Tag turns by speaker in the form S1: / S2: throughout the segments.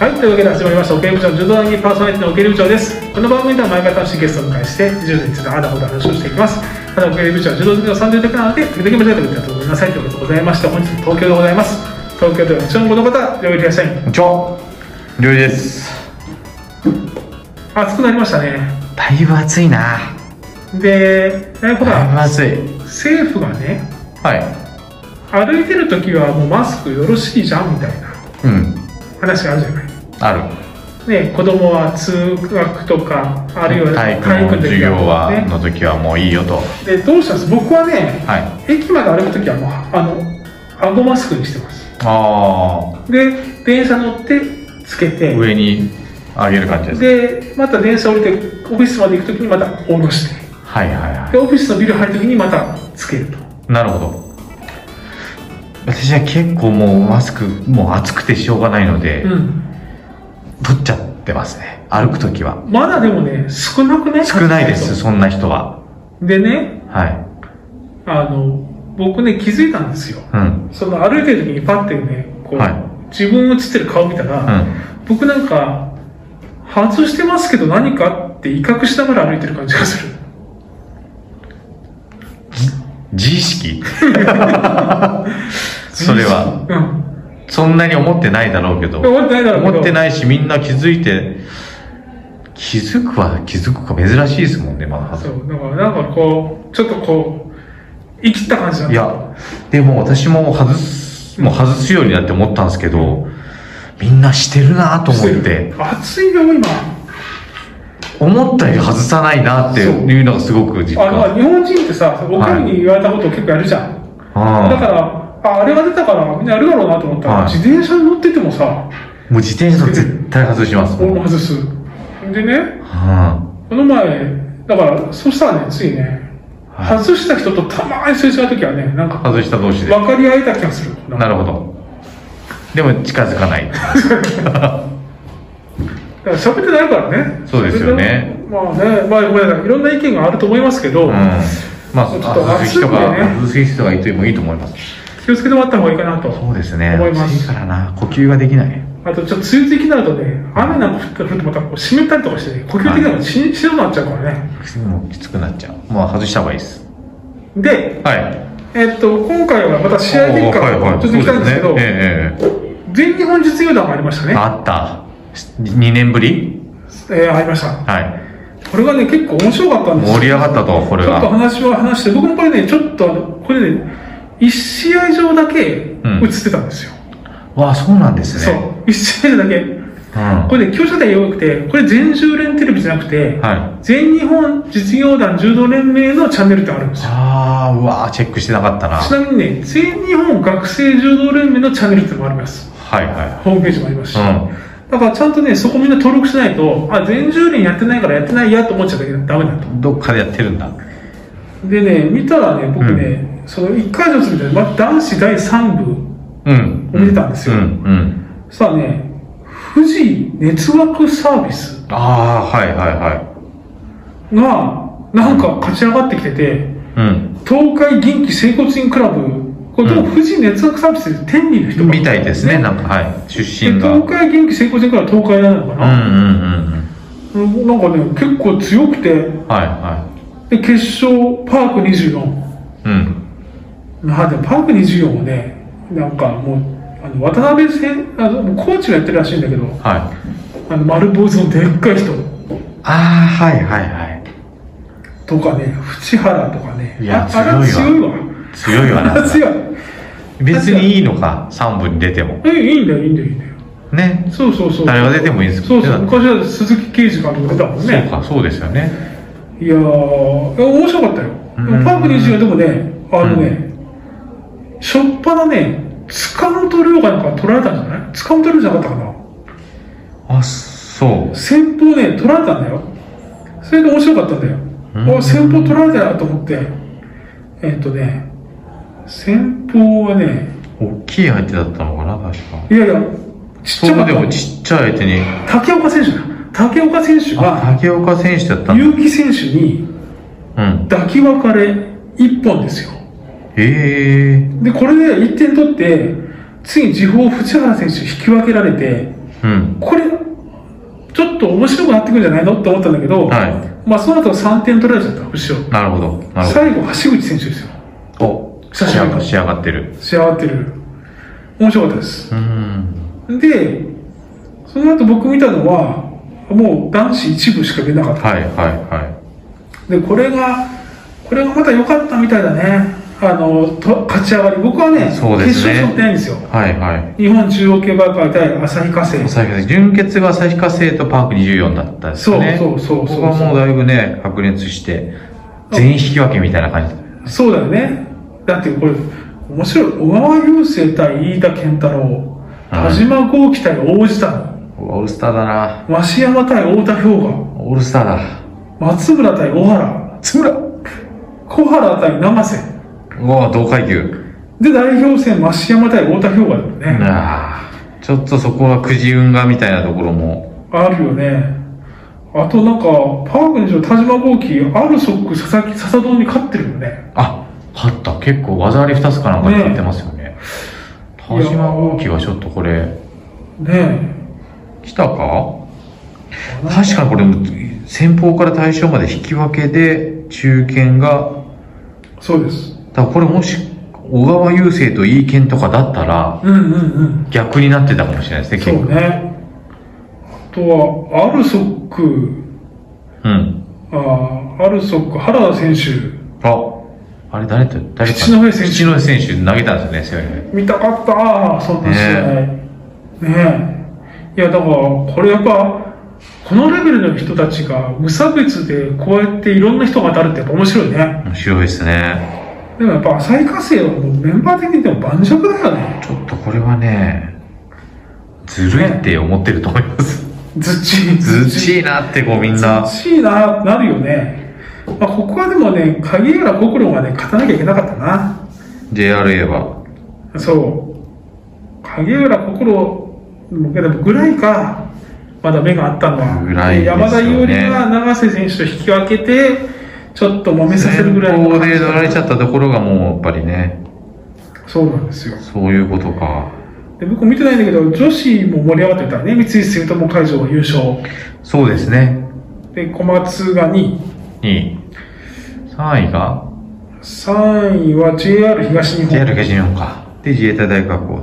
S1: はい、というわけで始まりました、オケ部長の柔道談義パーソナリティのオケ部長です。この番組では毎回楽しいゲストをお迎えして、柔道についてあだほだ話をしていきます。ただ、オケ部長は柔道好きの30代なので、時々間違えたことだとごめんなさいということでございまして、本日東京でございます。東京都の中国の方、両方いらっしゃい。
S2: こんにちは。りょうりです。
S1: 暑くなりましたね。
S2: だいぶ暑いな。
S1: で、えほ
S2: だいぶ
S1: ら、
S2: 暑い。
S1: 政府がね、
S2: はい。
S1: 歩いてる時はもうマスクよろしいじゃんみたいな
S2: うん。
S1: 話があるじゃない。
S2: ある。
S1: ね、子供は通学とか、あるいは
S2: 体育の授業は、
S1: ね
S2: の時はもういいよと。
S1: でどうしたんです僕はね
S2: はい。
S1: 駅まで歩く時はもうあの顎マスクにしてます
S2: ああ。
S1: で電車乗ってつけて
S2: 上に上げる感じです。
S1: でまた電車降りてオフィスまで行く時にまた下ろして
S2: はいはい
S1: で
S2: は
S1: オフィスのビル入る時にまたつけると
S2: い。なるほど。私は結構もうマスク、もう暑くてしょうがないので、
S1: うん
S2: 取っちゃってますね。歩く時は。
S1: まだでもね少なくない
S2: 少ないです、そんな人は。
S1: でね
S2: はい。
S1: あの僕ね気づいたんですよ
S2: うん。
S1: その歩いてる時にパッてねこう、
S2: は
S1: 自分映ってる顔見た
S2: う
S1: ら、
S2: ん。
S1: 僕なんか外してますけど何かって威嚇しながら歩いてる感じがする
S2: 自意 識それは。
S1: うん。
S2: そんなに思ってないだろうけど。
S1: 思ってないだろうけど。
S2: 思ってないし、みんな気づいて、気づくは気づくか珍しいですもんね、まだ。
S1: そう、だから、なんかこう、ちょっとこう、生きった感じだ
S2: い
S1: ね。
S2: や、でも私も外す、もう外すようになって思ったんですけど、みんなしてるなと思って、
S1: 暑いよ、今。
S2: 思ったより外さないなっていうのがすごく実
S1: あの、
S2: 感。
S1: 日本人ってさ、おかみに言われたことを結構やるじゃん。だか
S2: あ
S1: ら、ああれが出たからみんなやるだろうなと思ったら、
S2: はい
S1: 自転車に乗っててもさ、
S2: もう自転車絶対外しますも
S1: 俺
S2: ん。
S1: も外す。でね、
S2: うん
S1: この前、だから、そしたらね、ついね、
S2: はい
S1: 外した人とたまにすれ違うときはね、なんか、
S2: 外した同士で。
S1: 分かり合えた気がする。
S2: なるほど。でも近づかない。
S1: だから喋ってないからね。
S2: そうですよね
S1: 喋ってない。まあね、まあごめんなさい、いろんな意見があると思いますけど、
S2: うん。まあ、
S1: ちょっと
S2: 外す人
S1: 暑いんで
S2: が
S1: ね、
S2: 外す人がいてもいいと思います。
S1: 気をつけてもらった方がいいかなと。
S2: そうですね。
S1: 思います
S2: 暑いからな、呼吸ができない。
S1: あと、ちょっと梅雨時になるとね、雨なんか降ったら降ってまたこう湿ったりとかしてね、呼吸的にもししようなっちゃうからね。
S2: もうきつくなっちゃう。もう外した方がいいです。
S1: で、
S2: はい。
S1: えっと、今回はまた試合結
S2: おーはいは
S1: 果
S2: い
S1: ちょっと行きたいんですけ
S2: そ
S1: ど
S2: う、ねえええ
S1: 全日本実業団がありました
S2: え
S1: ね。
S2: あった。2年ぶり
S1: えーありました。
S2: はい。
S1: これがね、結構面白かったんですよ
S2: 盛り上がったと、これ
S1: ちょっと
S2: が。
S1: 話は話して、僕もこれね、ちょっとあの、これね、1試合上だけ映ってたんですよ。
S2: わあ、そうなんです
S1: そう
S2: ね。。
S1: 1試合上だけ。
S2: うん。は
S1: これね、強者対弱くて、これ全10連テレビじゃなくて、
S2: い。あ
S1: 全日本実業団柔道連盟のチャンネルってあるんですよ。
S2: あー、うわあ、チェックしてなかったな。
S1: ち
S2: は
S1: なみにね、全日本学生柔道連盟のチャンネルってのもあります。
S2: いは
S1: ホームページもありますし。
S2: い。うん。
S1: だからちゃんとね、そこみんな登録しないと、あ、全10連やってないからやってないやと思っちゃうだけどダメだと。
S2: どっかでやってるんだ。
S1: でね、見たらね、僕ね、その1回ずつみたいな、ま、男子第3部、
S2: うん。
S1: 見てたんですよ
S2: うん。うん。
S1: さあね、富士熱枠サービス
S2: ああ、はいはいは
S1: が、なんか勝ち上がってきてて、
S2: い。うん。
S1: 東海元気整骨院クラブ、これでも富士熱学サービスで天理の人
S2: みたいですね、なんか、はい。出
S1: で
S2: 身が。うん
S1: 東海元気整骨院クラブは東海なのか
S2: う
S1: な、
S2: んうん
S1: うんなんかね、結構強くて、
S2: うん。はいは
S1: で決勝、パーク24。
S2: い。うん。
S1: あでもパーク24もね、なんかもう、あの渡辺選あの、コーチがやってるらしいんだけど、
S2: はい。
S1: あの丸坊主のでっかい人
S2: ああ、はいはいはい。
S1: とかね、淵原とかね、
S2: いや
S1: ああれは強
S2: 強
S1: い
S2: い
S1: わ。
S2: 強いわ
S1: あれ
S2: な
S1: は。 強い。
S2: 別にいいのか、3部に出ても。
S1: え、いいんだよ、いいんだよ、いいんだよ。
S2: ね。
S1: そうそうそう。
S2: 誰が出てもいいんですけ
S1: そ
S2: ど
S1: う
S2: ね
S1: そう、
S2: だって
S1: 昔は鈴木刑事監督出たもん
S2: そう
S1: ね。
S2: か、そうですよね。
S1: いやー、いや面白かったよ。でも
S2: うん
S1: パーク24でもね、あのね、しょっぱなね、塚本涼がなんか取られたんじゃない塚本涼じゃなかったかな
S2: あ、そう。
S1: 先方ね、取られたんだよ。それで面白かったんだよ。
S2: うん
S1: あ、先方取られたなと思って、えっとね、先方はね、
S2: 大きい相手だったのかな、確か。
S1: いやいや、ちっちゃ
S2: そ
S1: か
S2: う
S1: っ
S2: で
S1: た
S2: もちっちゃい相手に、
S1: 竹岡選手だ。竹岡選手が、
S2: あ、竹岡選手だったの。
S1: 結城選手に
S2: うん。
S1: 抱き別れ1本ですよ。
S2: へえ。
S1: で、これで1点取って、次、次鋒、淵原選手引き分けられて、
S2: うん。
S1: これ、ちょっと面白くなってくるんじゃないのって思ったんだけど、
S2: は
S1: まあ、その後3点取られちゃった、後ろ。
S2: なるほど。なるほ
S1: 最後、橋口選手ですよ。
S2: ど。お、仕
S1: 久しぶり
S2: 上が仕上がってる。
S1: 仕上がってる。面白かったです。
S2: うん。
S1: で、その後僕見たのは、もう男子一部しか出なかった。
S2: はい、はい、は
S1: で、これが、これがまた良かったみたいだね。あの、と勝ち上がり。僕はね、
S2: そうです
S1: 決
S2: ね
S1: 勝しか見てないんですよ。
S2: い。はい、はい。
S1: 日本中央競馬会対旭化成。
S2: 最後です純血が旭化成とパーク24だったんですね。
S1: そうそうそうそう
S2: ここはもうだいぶね、白熱して、全員引き分けみたいな感じ。
S1: そうだよね。だってこれ、面白い。小川雄星対飯田健太郎。
S2: はい
S1: 田島豪輝対王子谷。
S2: オールスターだな。
S1: 増山対太田氷河。
S2: オールスターだ。
S1: 松村対小原。
S2: つむら
S1: 小原対生瀬。
S2: うわ、同階級。
S1: で、代表戦増山対太田氷河だよね。
S2: なあちょっとそこはくじ運がみたいなところも
S1: あるよね。あとなんか、パークにしろ田島豪輝、アルソック、佐々木、笹丼に勝ってるよね。
S2: あ勝った結構技あり2つかなんかで勝ってますよね田島豪輝はちょっとこれ
S1: ね
S2: 来たか
S1: え。
S2: 確かにこれ先方から対象まで引き分けで中堅が
S1: そうです。
S2: だからこれもし小川雄星と飯健とかだったら
S1: うんうんうん。
S2: 逆になってたかもしれないですね結
S1: そう
S2: 構
S1: ね。あとは、アルソック、
S2: うん
S1: あーアルソック、原田選手、
S2: ああれ誰と誰か
S1: 七戸選手
S2: 七戸選手投げたんですよね背負い
S1: 見たかった、そんな試合。ねえ。いや、だから、これやっぱ、このレベルの人たちが無差別でこうや投げていろんな人が当たるってやっぱ面白いね。
S2: 面白いですね
S1: でもやっぱ旭化成はもうメンバー的にでも盤石だよね。
S2: ちょっとこれはね、ずるいって思ってると思います。
S1: ずっちい。
S2: ずっちいなってこうみん
S1: ず
S2: な。
S1: っちいな、なるよね。まあ、ここはでもね、鍵浦国論はね、勝たなきゃいけなかったな。
S2: JRA は。
S1: そう。影浦国論でもぐらいか、まだ目があったのは。
S2: ぐらいですよね
S1: 山田優里が永瀬選手と引き分けて、ちょっと揉めさせるぐらい
S2: 先
S1: の
S2: 方
S1: 感
S2: で
S1: じだ
S2: 取られちゃったところがもうやっぱりね、
S1: そうなんですよ。
S2: そういうことか。
S1: で僕見てないんだけど、女子も盛り上がってたね。三井住友海上が優勝。
S2: そうですね。
S1: で、小松が2位。
S2: 2位。3位が
S1: 3位は JR 東日本
S2: JR 東日本か。で、自衛隊大学校。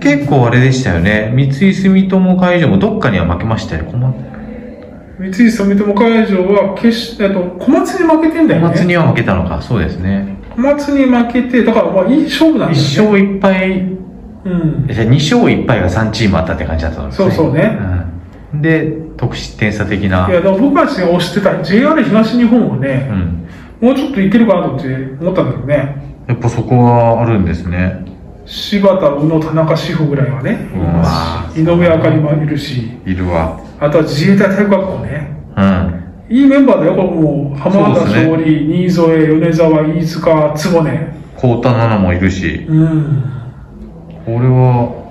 S2: 結構あれでしたよね。三井住友海上もどっかには負けましたよ。小松
S1: 三井住友海上は決しえっと小松に負けてんだ
S2: 小
S1: よ
S2: 松
S1: ね
S2: には負けたのか。そうですね。
S1: 小松に負けてだからまあいい勝負なんだよね
S2: 1勝1敗
S1: うん
S2: じゃあ2勝1敗が3チームあったって感じだったんですね。
S1: そうそうね
S2: うん。で、得失点差的
S1: い
S2: な。
S1: やでも僕たちが推してた JR 東日本は
S2: う
S1: ね、
S2: ん。
S1: もうちょっといけるかなと思って思ったんだけどね
S2: やっぱそこはあるんですね。
S1: 柴田宇野田中志保ぐらいはね
S2: うわ
S1: 井上あかりもいるし
S2: いるわ。
S1: あとは自衛隊体育学校ね
S2: うん。
S1: いいメンバーだよこれもう浜
S2: そ
S1: 田
S2: うですね
S1: 勝利、新添米沢飯塚坪根
S2: コータナナもいるし、
S1: うん
S2: これは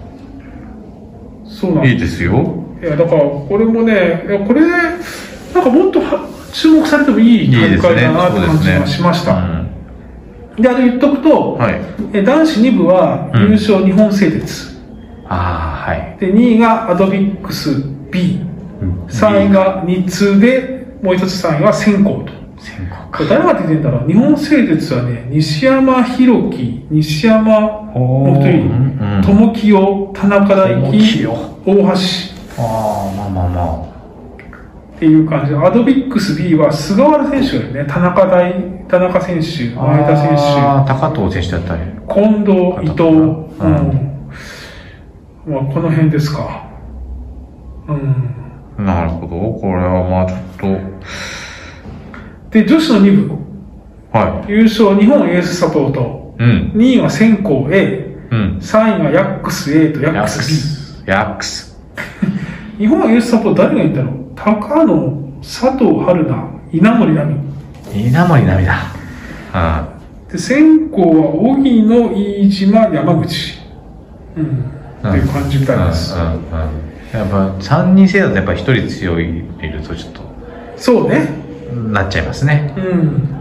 S1: そうなんだ
S2: いいですよ。
S1: いやだからこれもねいやこれなんかもっとは注目されてもい
S2: い
S1: い
S2: い
S1: 大
S2: です
S1: 会
S2: ね
S1: だ。なっ
S2: そう
S1: て
S2: で
S1: 感
S2: す
S1: じ
S2: ね。
S1: がしました、
S2: うん
S1: であれ言っとくと、
S2: はい。
S1: え男子2部は
S2: うん
S1: 優勝日本製鉄、
S2: ああ、はい。
S1: で2位がアドビックス B3 位が日通でもう一つ3位は仙光と
S2: 全国
S1: これ誰が出てんだろう日本製鉄はね西山弘樹西山
S2: お
S1: もう一人
S2: うんうん
S1: 智清田中大
S2: 友
S1: 輝
S2: 清
S1: 大橋
S2: ああ、まあまあま
S1: っていう感じで、アドビックス B は菅原選手がいるね、田中大、田中選手、前
S2: あ。
S1: 田選
S2: ああ、高藤選手だったり。
S1: 手、近藤、伊藤、
S2: う
S1: うんん。まあ、この辺ですか。うん。
S2: なるほど。これはまあちょっ
S1: で、女子の2部、
S2: と。は
S1: 優勝、日本エースサポート、
S2: い。うん。
S1: 2位は先行 A、
S2: うん。
S1: 3位がヤックス A とヤックス
S2: ヤックス。
S1: B。日本エースサポート誰がいたの高野、佐藤春菜、稲森奈美。
S2: 稲森奈美だ。あ
S1: で先行は荻野飯島山口、うん、っていう感じみ
S2: あ。う
S1: たいです、
S2: んうんうん。やっぱ3人制だとやっぱ1人強いいるとちょっと
S1: そうね
S2: なっちゃいますね。
S1: うん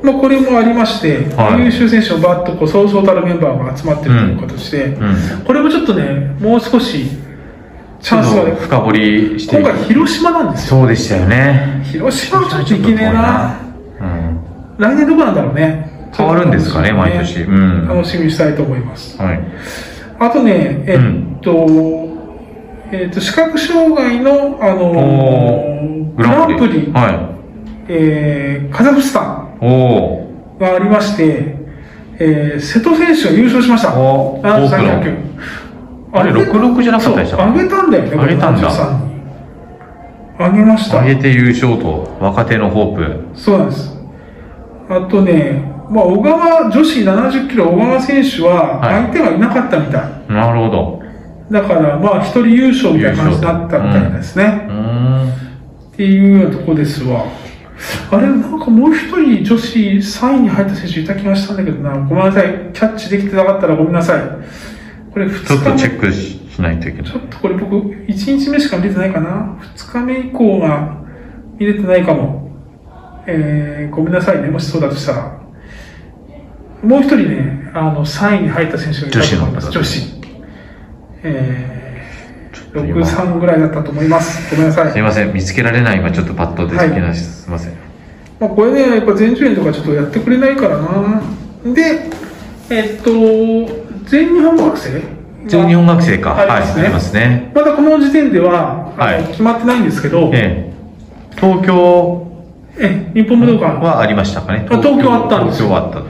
S1: まあ、これもありまして、
S2: はい
S1: 優秀選手のバッとこうそうそうたるメンバーが集まってるという形で、
S2: うん。
S1: これもちょっとねもう少しチャンスがあ
S2: ちょ
S1: る
S2: っと深掘りして
S1: 今回広島なんですよ
S2: そうでしたよね
S1: 広島はちょっといけねえな
S2: うん、
S1: 来年どこなんだろうね
S2: 変わるんですかね毎年うん
S1: 楽しみにしたいと思います
S2: はい
S1: あとねえっと、えっと視覚障害のあの
S2: お
S1: グランプリ、
S2: は
S1: えーカザフスタン
S2: いおー
S1: がありまして、えー瀬戸選手が優勝しました。
S2: お
S1: あの
S2: 多くの
S1: 300球
S2: あれ66じゃなかったでしたっ
S1: そう
S2: け
S1: 上げたんだよね、
S2: 上げたんだ
S1: 73に上げました。
S2: 上げて優勝と若手のホープ
S1: そうなんです。あとね、まあ、小川、女子70キロ、小川選手は
S2: はい
S1: 相手がいなかったみたい。
S2: なるほど
S1: だから、まあ、一人優勝みたいな感じだったみたいですね。
S2: うーん
S1: っていうようなとこですわ。あれ、なんかもう一人女子3位に入った選手いた気がしたんだけどな。ごめんなさい。キャッチできてなかったらごめんなさい。これ2
S2: ちょっ
S1: 日
S2: と
S1: 目。
S2: チェックししないといけない
S1: ちょっとこれ僕、1日目しか見れてないかな。2日目以降が見れてないかも。えー、ごめんなさいね。もしそうだとしたら。もう一人ね、あの、3位に入った選手がいたと思います。
S2: 女
S1: 女
S2: 子
S1: 子
S2: の。
S1: え
S2: と
S1: ー、
S2: 今
S1: 63ぐらいだったと思います。ごめんなさい
S2: すい。ません見つけられない今ちょっとパッと出てきないです、すいません
S1: まあ、これね、やっぱ全10円とかちょっとやってくれないからな。で、えっと、全日本学生
S2: 全日本学生か
S1: あ
S2: は
S1: ります
S2: い
S1: ね
S2: ありますね
S1: まだこの時点では、あの
S2: はい
S1: 決まってないんですけど、え
S2: ええ東京
S1: 日本武道館、
S2: はありましたかね
S1: あ東京あったんです
S2: 東
S1: よ
S2: 京はあった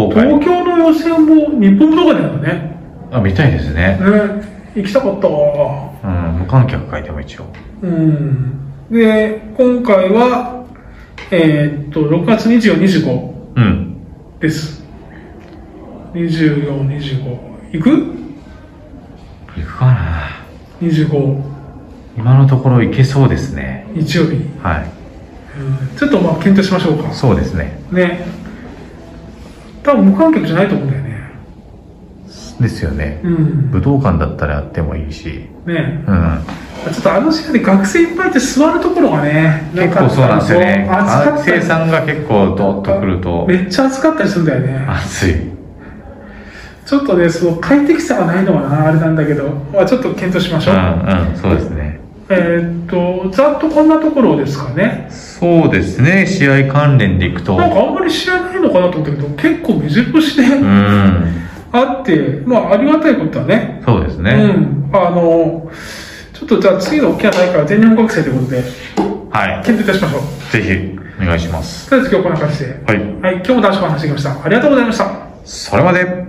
S2: 東
S1: 東
S2: 海
S1: 京の予選も日本武道館だよね。
S2: あ見たいです
S1: ね、
S2: ね、
S1: 行きたかったわ。
S2: うん、無観客書いても一応
S1: うん。で、今回は、えっと、6月24、25
S2: うん
S1: です。24、25。行く
S2: 行くかな
S1: ?25、
S2: 今のところ行けそうですね
S1: 日曜日。
S2: はい
S1: ちょっとまあ検討しましょうか。
S2: そうですね
S1: ね。多分無観客じゃないと思うんだよね。
S2: ですよね
S1: うん。
S2: 武道館だったらやってもいいし
S1: ね
S2: うん
S1: ちょっとあの試合で学生いっぱいって座るところがね、
S2: 結構そうなんですよね
S1: 暑かっ
S2: 学
S1: たり
S2: 生さんが結構ドッとくると
S1: めっちゃ暑かったりするんだよね。
S2: 暑い
S1: ちょっとね、その快適さがないのかな、あれなんだけど、まあ、ちょっと検討しまし
S2: う
S1: ょう。
S2: んうんそうですね
S1: えーっと、ざっとこんなところですかね。
S2: そうですね試合関連でいくと
S1: なんかあんまり試合ないのかなと思ったけど、結構目印で、
S2: うん
S1: あって、まあありがたいことはね、
S2: そうです
S1: う
S2: ね、
S1: ん、あのちょっとじゃあ次の大きな大会は全日本学生ということで
S2: は
S1: 検討いたしましょう
S2: いぜひお願いします
S1: とりあえず今日はこんな感じで、
S2: はい
S1: はい、今日も楽しくお話しできましたありがとうございました
S2: それまで